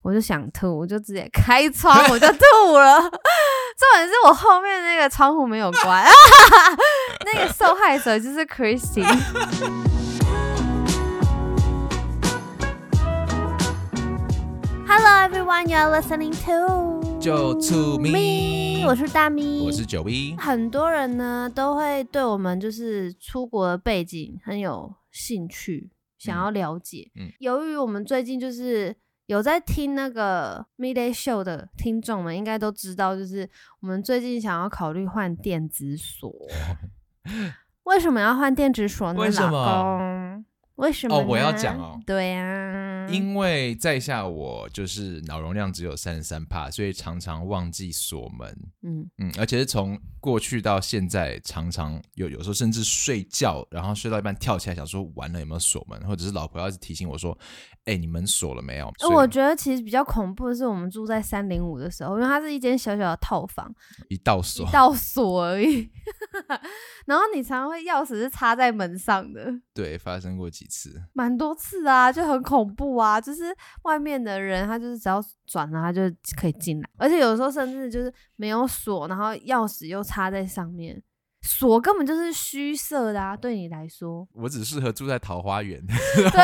我就想吐，我就直接开窗，我就吐了。 重点是我后面那个窗户没有关， 那个受害者就是 Christy。 Hello everyone, you're listening to 就出咪，我是大咪，我是九一，很多人呢都会对我们就是出国的背景很有兴趣，想要了解。嗯嗯由于我们最近就是有在听那个 Midday Show 的听众们，应该都知道，就是我们最近想要考虑换电子 锁。为什么要换电子锁呢？为什么老公？为什么？哦我要讲哦。对呀、啊，因为在下我就是脑容量只有三十三帕，所以常常忘记锁门。嗯，嗯，而且是从过去到现在，常常有有时候甚至睡觉，然后睡到一半跳起来想说完了有没有锁门，或者是老婆要一直提醒我说，哎、你门锁了没有？呃所以我觉得其实比较恐怖的是，我们住在三零五的时候，因为它是一间小小的套房，一道锁一，道锁而已。 然后你常会钥匙是插在门上的，对，发生过几次，蛮多次啊，就很恐怖啊。就是外面的人，他就是只要转了，他就可以进来，而且有时候甚至就是没有锁，然后钥匙又插在上面，锁根本就是虚设的啊，对你来 。说我只适合住在桃花源，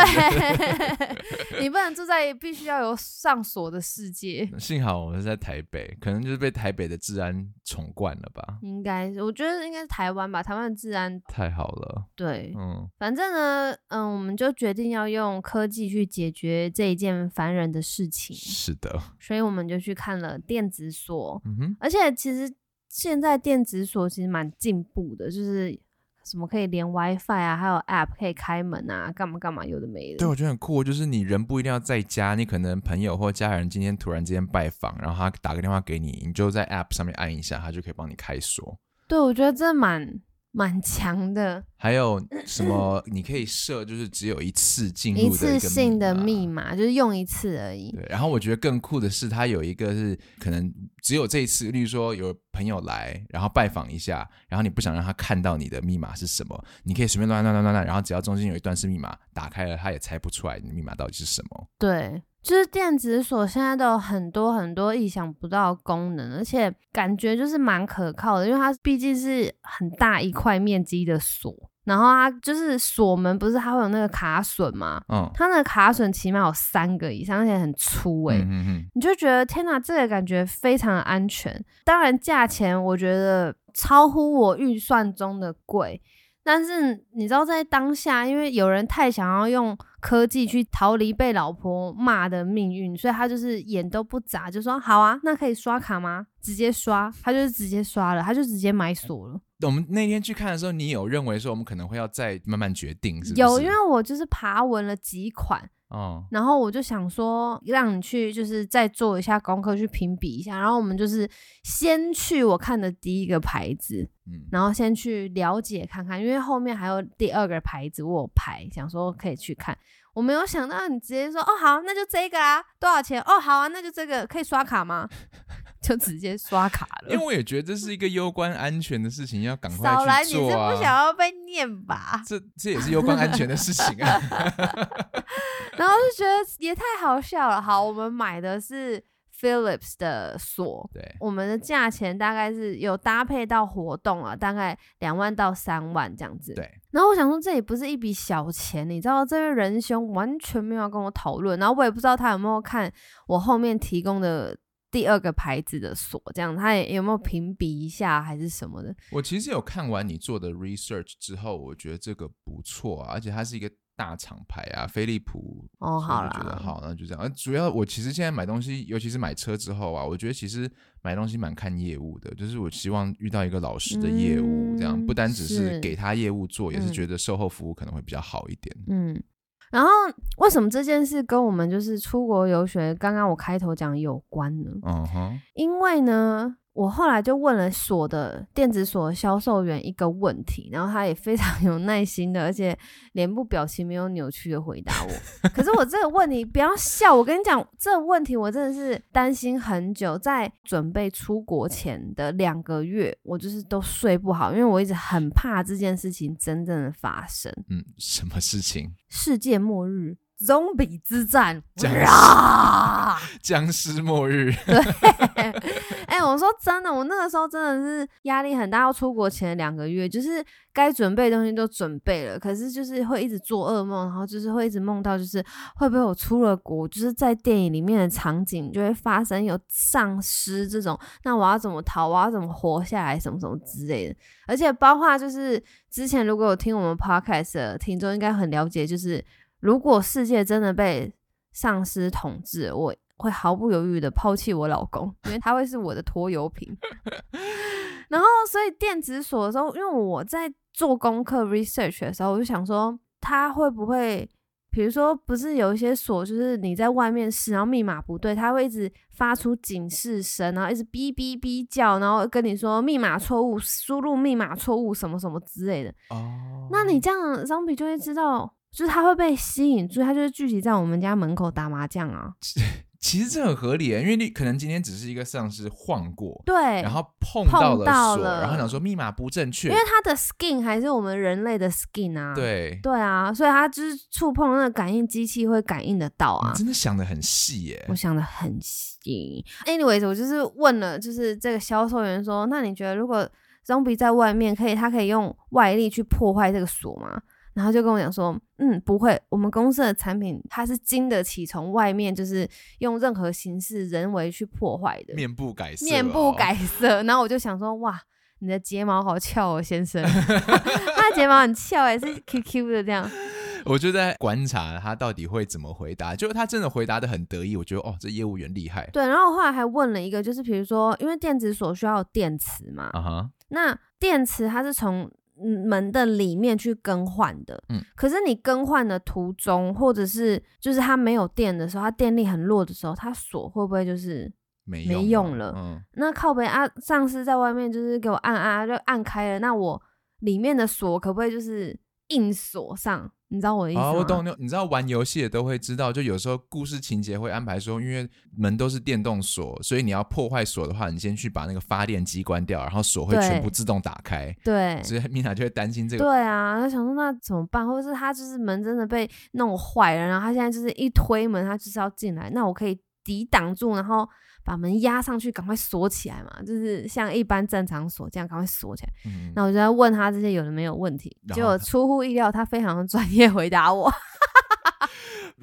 对， 你不能住在必须要有上锁的世界。幸好我是在台北，可能就是被台北的治安宠惯了吧，应该，我觉得应该是台湾吧，台湾的治安太好了，对，嗯，反正呢，嗯，我们就决定要用科技去解决这一件烦人的事情，是的，所以我们就去看了电子锁，嗯哼，而且其实现在电子锁其实蛮进步的，就是什么可以连 WiFi 啊，还有 App 可以开门啊，干嘛干嘛，有的没对，的我。觉得很酷，就是你人不一定要在家，你可能朋友或家人今天突然之间拜访，然后他打个电话给你，你就在 App 上面按一下，他就可以帮你开锁。对，我觉得这蛮蛮强的，还有什 么？你可以设就是只有一次进入一的个次性的密码。码就是用一次而已。对，然后我觉得更酷的是，它有一个是可能只有这一次，例如说有朋友来，然后拜访一下，然后你不想让他看到你的密码是什么，你可以随便乱乱乱乱乱，然后只要中间有一段是密码，打开了他也猜不出来你的密码到底是什么。对，就是电子锁现在都有很多很多意想不到的功能，而且感觉就是蛮可靠的，因为它毕竟是很大一块面积的锁，然后它就是锁门不是它会有那个卡榫吗？嗯，它那个卡榫起码有三个以上，而且很粗诶、嗯嗯你就觉得天哪，这个感觉非常的安全。当然，价钱我觉得超乎我预算中的贵，但是你知道，在当下，因为有人太想要用科技去逃离被老婆骂的命运，所以他就是眼都不眨，就说好啊，那可以刷卡吗？直接刷，他就是直接刷了，他就直接买锁了。我们那天去看的时候，你有认为说我们可能会要再慢慢决定，是不是？有，因为我就是爬文了几款，哦，然后我就想说，让你去就是再做一下功课，去评比一下。然后我们就是先去我看的第一个牌子，嗯，然后先去了解看看，因为后面还有第二个牌子我有排，想说可以去看。我没有想到你直接说哦好，那就这个啦，多少钱？哦好啊，那就这个，可以刷卡吗？ 就直接刷卡了。因为我也觉得这是一个攸关安全的事情，要赶少来，快你去是不做啊。想要被念吧？ 这这也是攸关安全的事情啊。 然后就觉得也太好笑了。好，我们买的是 Philips 的锁，对，我们的价钱大概是有搭配到活动啊，大概两万到三万这样子。对。然后我想说，这也不是一笔小钱，你知道，这位仁兄完全没有要跟我讨论，然后我也不知道他有没有看我后面提供的第二个牌子的锁，这样他也有没有评比一下还是什么的。我其实有看完你做的 research 之后，我觉得这个不错啊，而且它是一个大厂牌啊，飞利浦。哦，所以好我觉得啦，好，那就这样。呃主要我其实现在买东西，尤其是买车之后啊，我觉得其实买东西蛮看业务的，就是我希望遇到一个老实的业务，这样嗯不单只是是给他业务做，也是嗯觉得售后服务可能会比较好一点。嗯。然后为什么这件事跟我们就是出国游学，刚刚我开头讲有关呢？嗯哼，因为呢，我后来就问了所的电子锁的销售员一个问题，然后他也非常 有耐心的，而且脸部表情没有扭曲的回答我。可是我这个问题不要笑，我跟你讲，这个问题我真的是担心很久，在准备出国前的两个月，我就是都睡不好，因为我一直很怕这件事情真正的发生，嗯，什么事情？世界末日。 zombie 之战，僵尸哇！僵尸末日，哎、我说真的，我那个时候真的是压力很大，要出国前两个月，就是该准备的东西都准备了，可是就是会一直做噩梦，然后就是会一直梦到，就是会不会我出了国，就是在电影里面的场景就会发生有丧尸这种，那我要怎么逃，我要怎么活下来，什么什么之类的。而且包括就是之前如果有听我们 podcast 的听众，应该很了解，就是如果世界真的被丧尸统治，我会毫不犹豫的抛弃我老公，因为他会是我的拖油瓶。 然后，所以电子锁的时候，因为我在做功课 research 的时候，我就想说，他会不会，比如说，不是有一些锁，就是你在外面试，然后密码不对，它会一直发出警示声，然后一直哔哔哔叫，然后跟你说密码错误，输入密码错误什么什么之类的。哦， 那你这样，zombie 就会知道，就是他会被吸引住，他就会聚集在我们家门口打麻将啊。其实这很合理耶，因为你可能今天只是一个丧尸晃过，对，然后碰碰到了到锁，了然后想说密码不正确因为，它的 skin 还是我们人类的 skin 啊。。对，对啊，所以它就是触碰那个感应机器会感应得到啊你。真的想的很细耶我。想的很细。Anyways，我就是问了，就是这个销售员说，那你觉得如果 zombie 在外面可以，他可以用外力去破坏这个锁吗？然后就跟我讲说，嗯，不会，我们公司的产品它是经得起从外面就是用任何形式人为去破坏的，面部改色、哦面部，改色。然后我就想说，哇，你的睫毛好翘哦，先 生，他的睫毛很翘哎、是 QQ 的这样。我就在观察他到底会怎么回答。就是他真的回答的很得意，我觉得哦，这业务员厉害对，然后我后来还问了一个，就是比如说，因为电子锁需要有电池嘛，啊哈，那电池它是从嗯门的里面去更换的，嗯可是你更换的途中，或者是就是它没有电的时候，它电力很弱的时候，它锁会不会就是没没用了嗯，那靠北啊？上司在外面就是给我按按按就按开了，那我里面的锁可不可以就是硬锁上？你知道我的意思吗？啊，我懂你。你知道玩游戏的都会知道，就有时候故事情节会安排说，因为门都是电动锁，所以你要破坏锁的话，你先去把那个发电机关掉，然后锁会对全部自动打开。对。所以米娜就会担心这个。对啊，他想说那怎么办？或者是他就是门真的被弄坏了，然后他现在就是一推门，他就是要进来，那我可以抵挡住，然后把门压上去，赶快锁起来嘛，就是像一般正常锁这样，赶快锁起来。嗯，那我就在问他这些有的没有问题，然结后果他出乎意料，他非常的专业回答我。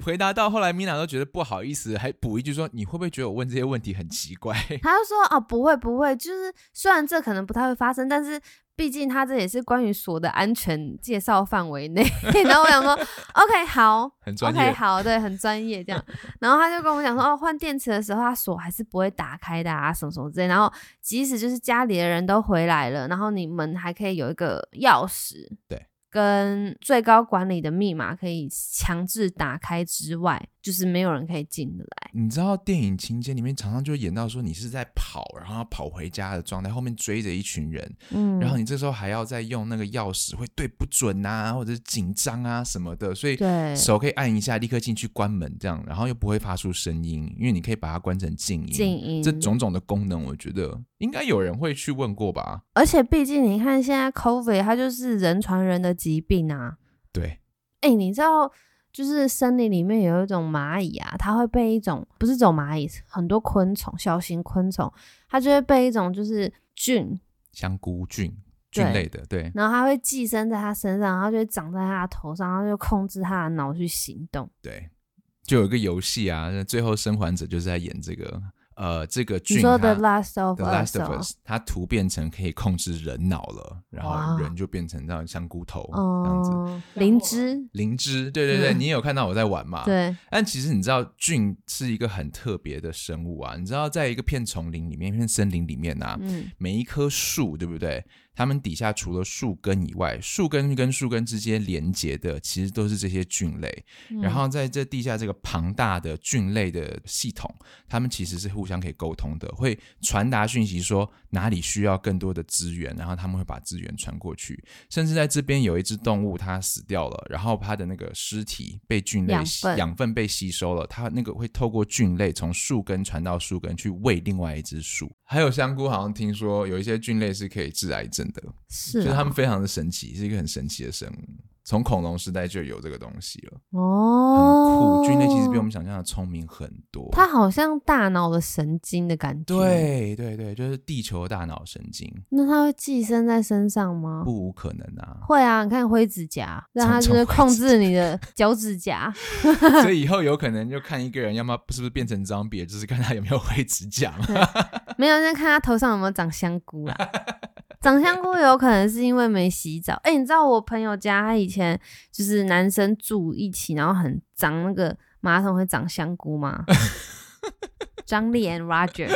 回答到后来，米娜都觉得不好意思，还补一句说：“你会不会觉得我问这些问题很奇怪 他就说哦，不会不会，就是虽然这可能不太会发生，但是毕竟他这也是关于锁的安全介绍范围内。 然后我想说，OK，好，？”很专 OK，业。好，对，很专业这样。然后他就跟我讲说，哦，换电池的时候，他锁还是不会打开的啊，什么什么之类。然后即使就是家里的人都回来了，然后你们还可以有一个钥匙，对，跟最高管理的密码可以强制打开之外，就是没有人可以进得来。你知道电影情节里面常常就会演到说你是在跑，然后要跑回家的状态，后面追着一群人，嗯，然后你这时候还要再用那个钥匙，会对不准啊，或者是紧张啊什么的，所以对手可以按一下，立刻进去关门这样，然后又不会发出声音，因为你可以把它关成静音。静音这种种的功能，我觉得应该有人会去问过吧？而且毕竟你看现在 COVID 它就是人传人的疾病啊，对，哎、你知道，就是森林里面有一种蚂蚁啊，它会被一种不是种蚂蚁，很多昆虫，小型昆虫，它就会被一种就是菌，香菇菌菌对类的，对，然后它会寄生在它身上，然后就会长在它的头上，然后就控制它的脑去行动。对，就有一个游戏啊，那最后生还者就是在演这个，呃，这个你菌说《The 它 Last of The Last Us、 of 哦 Us，它突变成可以控制人脑了，然后哇人就变成那种香菇头这样子。啊哦，灵芝，灵芝，对对对，嗯你也有看到我在玩嘛？。对，但其实你知道，菌是一个很特别的生物啊。你知道，在一个片丛林里面、一片森林里面啊，嗯，每一棵树，对不对？它们底下除了树根以外，树根跟树根之间连接的，其实都是这些菌类。嗯然后在这地下这个庞大的菌类的系统，它们其实是互相可以沟通的，会传达讯息说哪里需要更多的资源，然后他们会把资源传过去。甚至在这边有一只动物，它死掉了，然后它的那个尸体被菌类养吸分养分被吸收了，它那个会透过菌类从树根传到树根去喂另外一只树。还有香菇，好像听说有一些菌类是可以治癌症的，就是是啊它们非常的神奇，是一个很神奇的生物。从恐龙时代就有这个东西了，哦，很酷。菌类其实比我们想象的聪明很多。它好像大脑的神经的感觉。，对对对，就是地球的大脑神经，那它会寄生在身上吗？不无可能 啊。会啊，你看灰指甲，让它就从是灰控指制你 的脚趾甲。所以以后有可能就看一个人，要么是不是变成张比尔，就是看他有没有灰指甲嘛。没有，那看它头上有没有长香菇啦。长香菇有可能是因为没洗澡。哎、你知道我朋友家，他以前就是男生住一起，然后很脏，那个马桶会长香菇 吗？张丽 and Roger，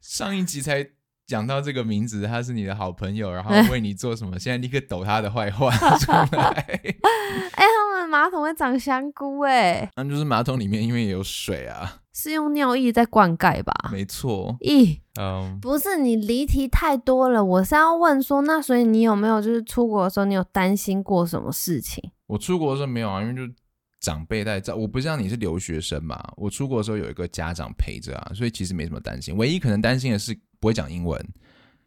上一集才讲到这个名字，他是你的好朋友，然后为你做什么，现在立刻抖他的坏话出来。哎、他们马桶会长香菇、哎，那就是马桶里面因为有水啊，是用尿液在灌溉吧？没错，咦，嗯，不是你离题太多了，我是要问说，那所以你有没有就是出国的时候，你有担心过什么事情？我出国的时候没有啊，因为就长辈在照，我不像你是留学生嘛，我出国的时候有一个家长陪着啊，所以其实没什么担心，唯一可能担心的是不会讲英文，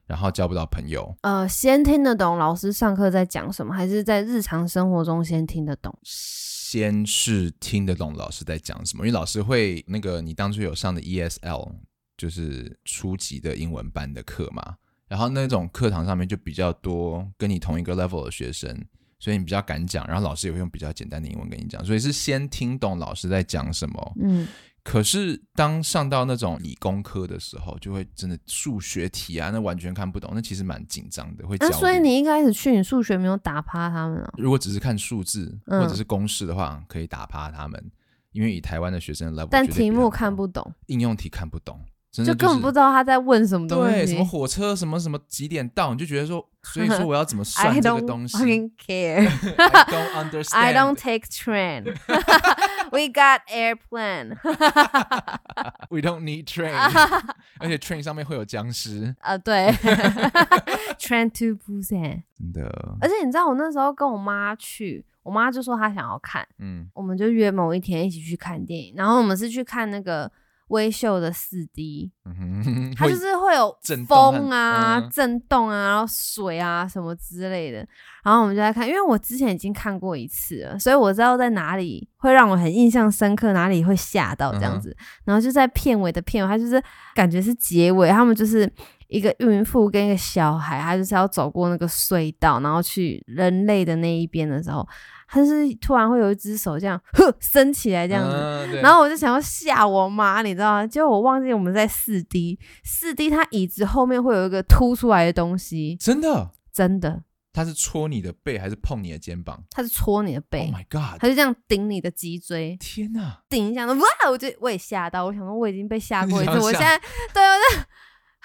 然后交不到朋友，呃，先听得懂老师上课在讲什么，还是在日常生活中先听得懂？先是听得懂老师在讲什么，因为老师会那个你当初有上的 ESL 就是初级的英文班的课嘛，然后那种课堂上面就比较多跟你同一个 level 的学生，所以你比较敢讲，然后老师也会用比较简单的英文跟你讲，所以是先听懂老师在讲什么。嗯，可是当上到那种理工科的时候，就会真的数学题啊，那完全看不懂，那其实蛮紧张的，会焦那、虑。啊所以你一开始去，你数学没有打趴他们啊？如果只是看数字嗯或者是公式的话，可以打趴他们，因为以台湾的学生的 level，但绝对题比目他们看高，不懂，应用题看不懂，真的就根是本不知道他在问什么东对什西么。火车什么什么几点到，你就觉 得说，所以说我要怎么算 I 这个 don't 东西 fucking care. I don't understand。 I don't take train. We got airplane. We don't need train。而 且 train 上面会有僵尸，啊，对 ，Train to Busan。真的，而且你知道，我那时候跟我妈去，我妈就说她想要看，嗯，我们就约某一天一起去看电影。然后我们是去看那个微秀的四 D，嗯哼它会就是会有震动和风啊、嗯震动啊，然后水啊什么之类的。然后我们就在看，因为我之前已经看过一次了，所以我知道在哪里会让我很印象深刻，哪里会吓到这嗯样子。然后就在片尾的片尾，它就是感觉是结尾，他们就是。一个孕妇跟一个小孩，他就是要走过那个隧道，然后去人类的那一边的时候，他就是突然会有一只手这样呵伸起来这样子，嗯对然后我就想要吓我妈，你知道吗？结果我忘记我们在四 D，四 D 它椅子后面会有一个凸出来的东西，真的，真的，他是戳你的背还是碰你的肩膀它是戳你的？Oh 背， my god！它就这样顶你的脊椎，天哪，顶一下，哇！我就我也吓到，我想说我已经被吓过一 次，你想我吓现在对，我就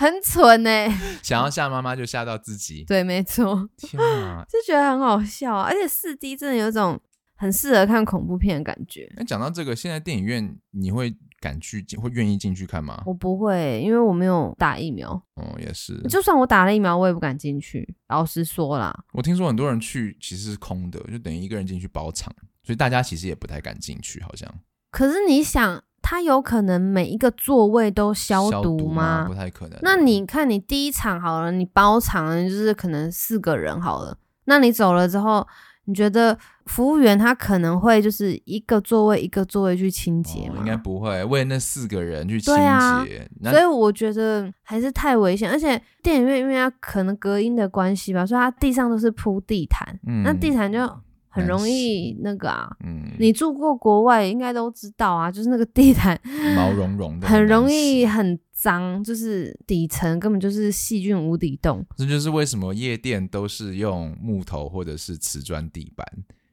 很蠢呢、想要吓妈妈就吓到自己， 对，没错，天哪！就觉得很好笑、啊，而且四 D 真的有一种很适合看恐怖片的感觉。那哎讲到这个，现在电影院你会敢去进，会愿意进去看吗？我不会，因为我没有打疫苗。哦，也是。就算我打了疫苗，我也不敢进去。老实说啦，我听说很多人去其实是空的，就等于一个人进去包场，所以大家其实也不太敢进去，好像可是你想，它有可能每一个座位都消毒毒吗？不太可能。那你看，你第一场好了，你包场了就是可能四个人好了，那你走了之后，你觉得服务员他可能会就是一个座位一个座位去清洁哦吗？应该不会为那四个人去清对啊洁，那所以我觉得还是太危险，而且电影院因为它可能隔音的关系吧，所以它地上都是铺地毯，嗯那地毯就很难容易那个啊。嗯，你住过国外应该都知道啊，就是那个地毯毛茸茸的，很容难易洗。很脏，就是底层根本就是细菌无底洞。这就是为什么夜店都是用木头或者是瓷砖地板。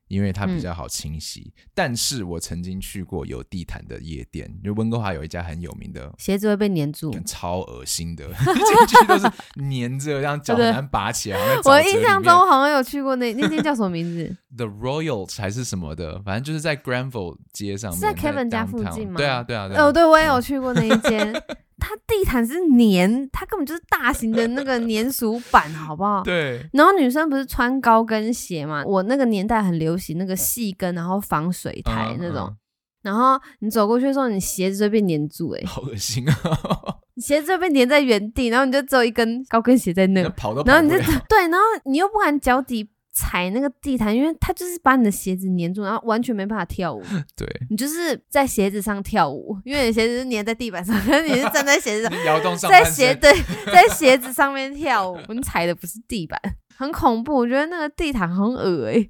因为嗯它比较好清洗，但是我曾经去过有地毯的夜店，就温哥华有一家很有名的鞋子会被粘住。超恶心的， 进去都是粘着，让脚哦很对难拔起来。好像在我沼泽印里象面中我好像有去过那那间叫什么名字？ The Royals 还是什么的，反正就是在 Granville 街上面，是在它 Kevin 家附 downtown 近吗对啊，对 啊，对啊。哦，对，我也有去过那一 间。它地毯是粘，它根本就是大型的那个粘鼠板，好不好？对，嗯然后女生不是穿高跟鞋嘛？我那个年代很流行那个细跟，然后防水苔嗯那种。嗯然后你走过去的时候，你鞋子就被粘住、欸，嗯好恶心啊！你鞋子就被粘在原地，然后你就只有一根高跟鞋在那 那。跑都跑然后不你就了对，然后你又不敢脚底踩那个地毯，因为它就是把你的鞋子粘住，然后完全没办法 跳舞。对， 你就是在鞋子上跳舞，因为你的鞋子是粘在地板上，可是你是站在鞋子 上，摇动上在半鞋身，对，在鞋子上面跳舞，你踩的不是地板，很恐怖。我觉得那个地毯很恶哎、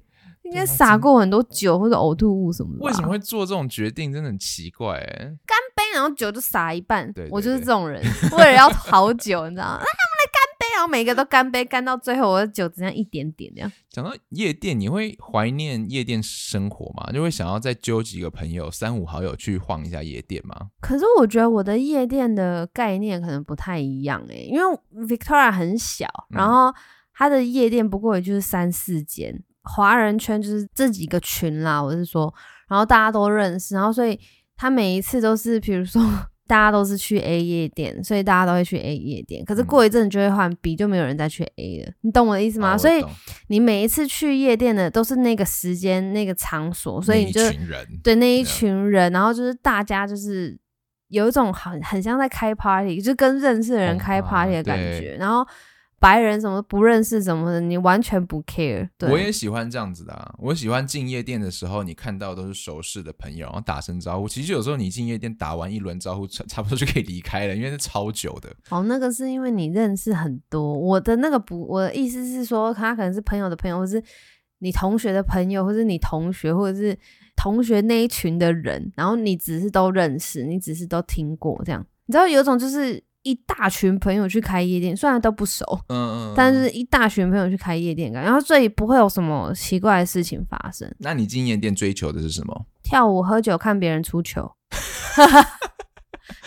应对啊该撒真过很多酒或者呕吐物什么的吧。为什么会做这种决定？真的很奇怪、欸。杯，然后酒就撒一半。对对我就是对这种 人，为了要好酒，你知道吗？那我们来干杯，然后每个都干杯，干到最后我的酒只剩一点点这样。讲到夜店，你会怀念夜店生活吗？就会想要再揪几个朋友、三五好友去晃一下夜店吗？可是我觉得我的夜店的概念可能不太一样诶、因为 Victoria 很小，嗯然后它的夜店不过也就是三四间，华人圈就是这几个群啦，我是说，然后大家都认识，然后所以他每一次都是，比如说大家都是去 A 夜店，所以大家都会去 A 夜店，可是嗯过一阵就会换 B，就没有人再去 A 了，你懂我的意思吗？啊我所以懂你每一次去夜店的都是那个时间、那个场所，所以那你一就群人，对那一对啊群人，然后就是大家就是有一种很很像在开 party，就跟认识的人哦开啊 party 的感对觉，然后白人什么不认识什么的，你完全不 care 对。我也喜欢这样子的、啊。我喜欢进夜店的时候，你看到都是熟识的朋友，然后打声招呼。其实有时候你进夜店打完一轮招呼，差差不多就可以离开了，因为是超久的。哦，那个是因为你认识很多，我的那个不，我的意思是说，他可能是朋友的朋友，或是你同学的朋友，或是你同学，或者是同学那一群的人，然后你只是都认识，你只是都听过这样。你知道有种就是一大群朋友去开夜店，虽然都不熟，嗯嗯。但是一大群朋友去开夜店感，然后所以不会有什么奇怪的事情发生。那你进夜店追求的是什么？ 跳舞、喝酒、看别人出球，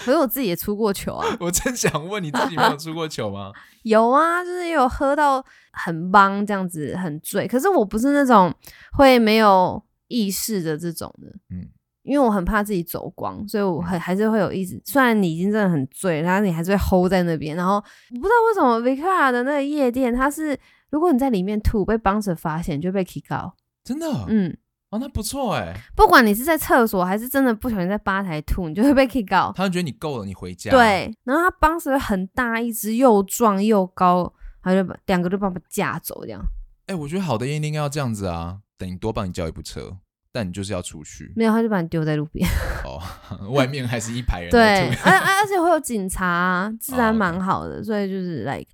可是我自己也出过球啊，我真想问你自己 没有出过糗吗？有啊，就是也有喝到很帮这样子很醉，可是我不是那种会没有意识的这种的，嗯嗯。因为我很怕自己走光，所以我很还是会有意识。虽然你已经真的很醉，然后你还是会 hold 在那边。然后我不知道为什么 Vicara 的那个夜店，它是如果你在里面吐被 bouncer 发现，你就被 kick out。真的？嗯，哦，那不错哎。不管你是在厕所还是真的不小心在吧台吐，你就会被 kick out。他们觉得你够了，你回 家。，对，啊然后他帮时很大一只，又壮又高，他就把两个就把我们架走这样。哎、我觉得好的夜店应该要这样子啊，等于多帮你叫一部车，但你就是要出去没有，他就把你丢在路边。哦， 外面还是一排人在对吐。，而而而且会有警察、啊，治安蛮好的，所以就是 like。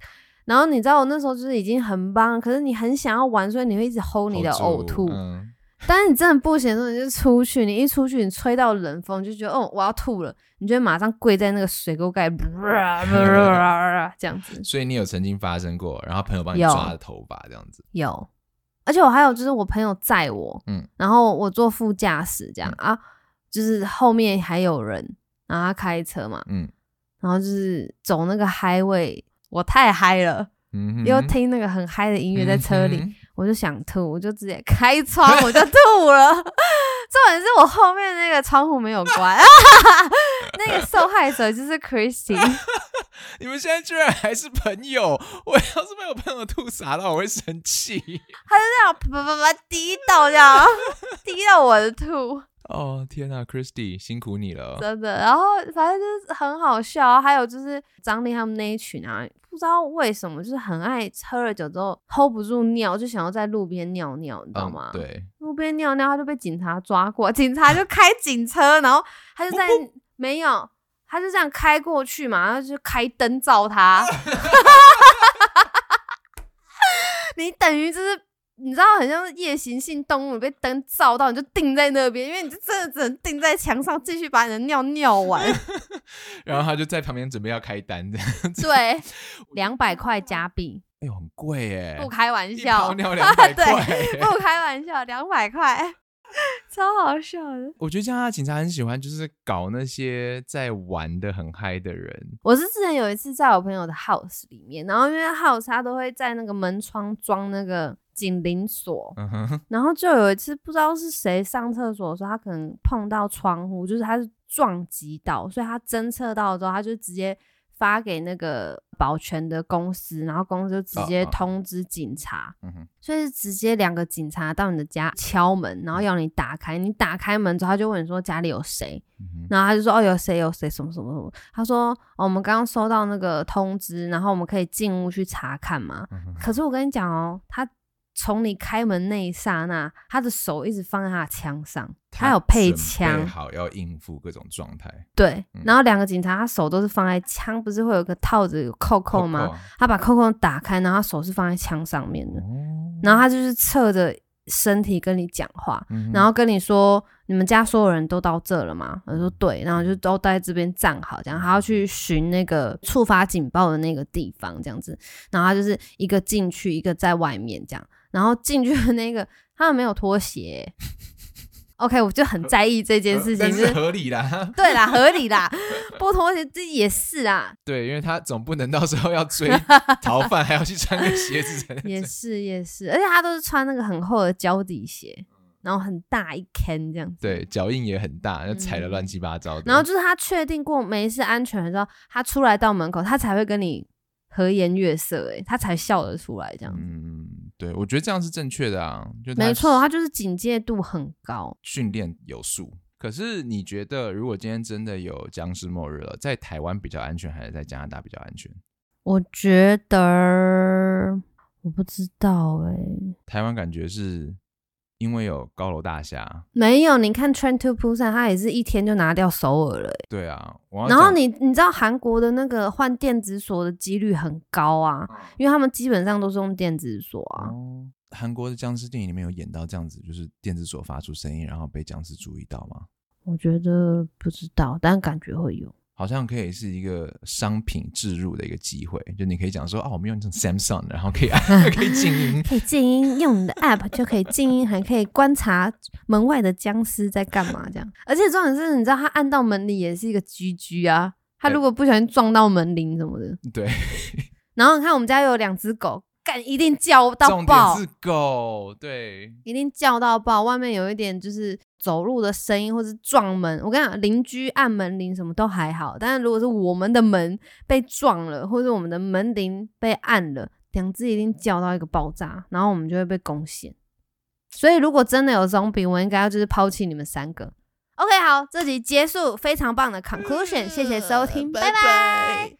然后你知道我那时候就是已经很棒，可是你很想要玩，所以你会一直 hold 你的呕 Hold 住吐。嗯，但是你真的不行的时候，你就出去，你一出去，你吹到冷风，就觉得哦我要吐了，你就会马上跪在那个水沟 盖，这样子。所以你有曾经发生过，然后朋友帮你有抓的头发这样子，有，而且我还有就是我朋友载我，嗯嗯，然后我坐副驾驶这样、啊，就是后面还有人，然后他开车嘛，嗯然后就是走那个 highway，我太嗨了，嗯哼，又听那个很嗨的音乐在车里，嗯哼我就想吐，我就直接开窗我就吐了。 重点是我后面那个窗户没有关， 那个受害者就是 Christine， 你们现在居然还是朋友，我要是被我朋友吐洒到，我会生气。 这样啪啪啪啪滴到这样，滴到我的吐。哦天啊，Christy 辛苦你了。真的。然后反正就是很好笑啊，还有就是张力他们那一群啊，不知道为什么就是很爱喝了酒之后 hold 不住尿，就想要在路边尿尿，你知道吗？嗯，，对，路边尿尿他就被警察抓过，警察就开警车，然后他就在没有。他就这样开过去嘛，然后就开灯照他。 你等于就是你知道，很像是夜行性动物，你被灯照到，你就定在那边，因为你就真的只能定在墙上，继续把你的尿尿完。 然后他就在旁边准备要开单，这样子。对，两百块加币，哎呦，很贵耶，不开玩一笑泡， 尿两百对块耶。不开玩笑，两百块， 超好笑的。我觉得加拿大警察很喜欢，就是搞那些在玩的很嗨的人。我是之前有一次在我朋友的 house 里面，然后因为 house 他都会在那个门窗装那个警铃锁，嗯哼，然后就有一次不知道是谁上厕所的时候，他可能碰到窗户，就是他是撞击到，所以他侦测到了之后，他就直接发给那个保全的公司，然后公司就直接啊啊通知警察。嗯哼，所以是直接两个警察到你的家敲门，然后要你打开。你打开门之后，他就问你说家里有谁，嗯哼，然后他就说哦有谁有谁什么什么什么。他说哦我们刚刚收到那个通知，然后我们可以进屋去查看嘛。嗯哼可是我跟你讲哦，他从你开门那一刹那，他的手一直放在他的枪上，他有配准备枪，好要应付各种状态。对嗯。然后两个警察，他手都是放在枪，不是会有个套子有扣扣嗯吗？扣？啊他把扣扣打开，然后他手是放在枪上面的，哦，然后他就是侧着身体跟你讲话，嗯哼然后跟你说你们家所有人都到这了吗？我说对，然后就都待在这边站好，这样他要去寻那个触发警报的那个地方，这样子，然后他就是一个进去，一个在外面这样，然后进去的那个他们没有拖鞋、OK，我就很在意这件事情，呃但就是是合理啦， 对啦，合理啦，不拖鞋这也是啊， 对，因为他总不能到时候要 追逃犯，还要去穿个鞋子才能 也是也是，而且他都是穿那个很厚的胶底鞋，然后很大一坑这样子。对，脚印也很大，就踩的乱七八糟的。嗯然后就是他确定过没事安全的时候，他出来到门口，他才会跟你和颜悦色、欸，他才笑得出来这样子。嗯，对，我觉得这样是正确的啊，就他没错，他就是警戒度很高。训练有素。可是你觉得，如果今天真的有僵尸末日了，在台湾比较安全，还是在加拿大比较安全？我觉得我不知道哎、台湾感觉是因为有高楼大厦，没有。你看《Train to Busan》，他也是一天就拿掉首尔了、欸。对啊。我要然后讲你你知道韩国的那个换电子锁的几率很高啊，因为他们基本上都是用电子锁啊。哦，韩国的僵尸电影里面有演到这样子，就是电子锁发出声音，然后被僵尸注意到吗？我觉得不知道，但感觉会有。好像可以是一个商品置入的一个机会，就你可以讲说啊，我们用这种 Samsung，然后可以 可以静音，可以静音，用你的 app 就可以静音，还可以观察门外的僵尸在干嘛这样。而且重点是，你知道他按到门铃也是一个居居啊，他如果不小心撞到门铃什么的，对，然后你看我们家有两只狗，干一定叫到重点爆是，狗，对，一定叫到爆。外面有一点就是走路的声音，或是撞门。我跟你讲，邻居按门铃什么都还好，但是如果是我们的门被撞了，或者我们的门铃被按了，两只一定叫到一个爆炸，然后我们就会被攻陷。所以如果真的有 zombie，我应该要就是抛弃你们三个。OK，好，这集结束，非常棒的嗯 conclusion，谢谢收听，拜拜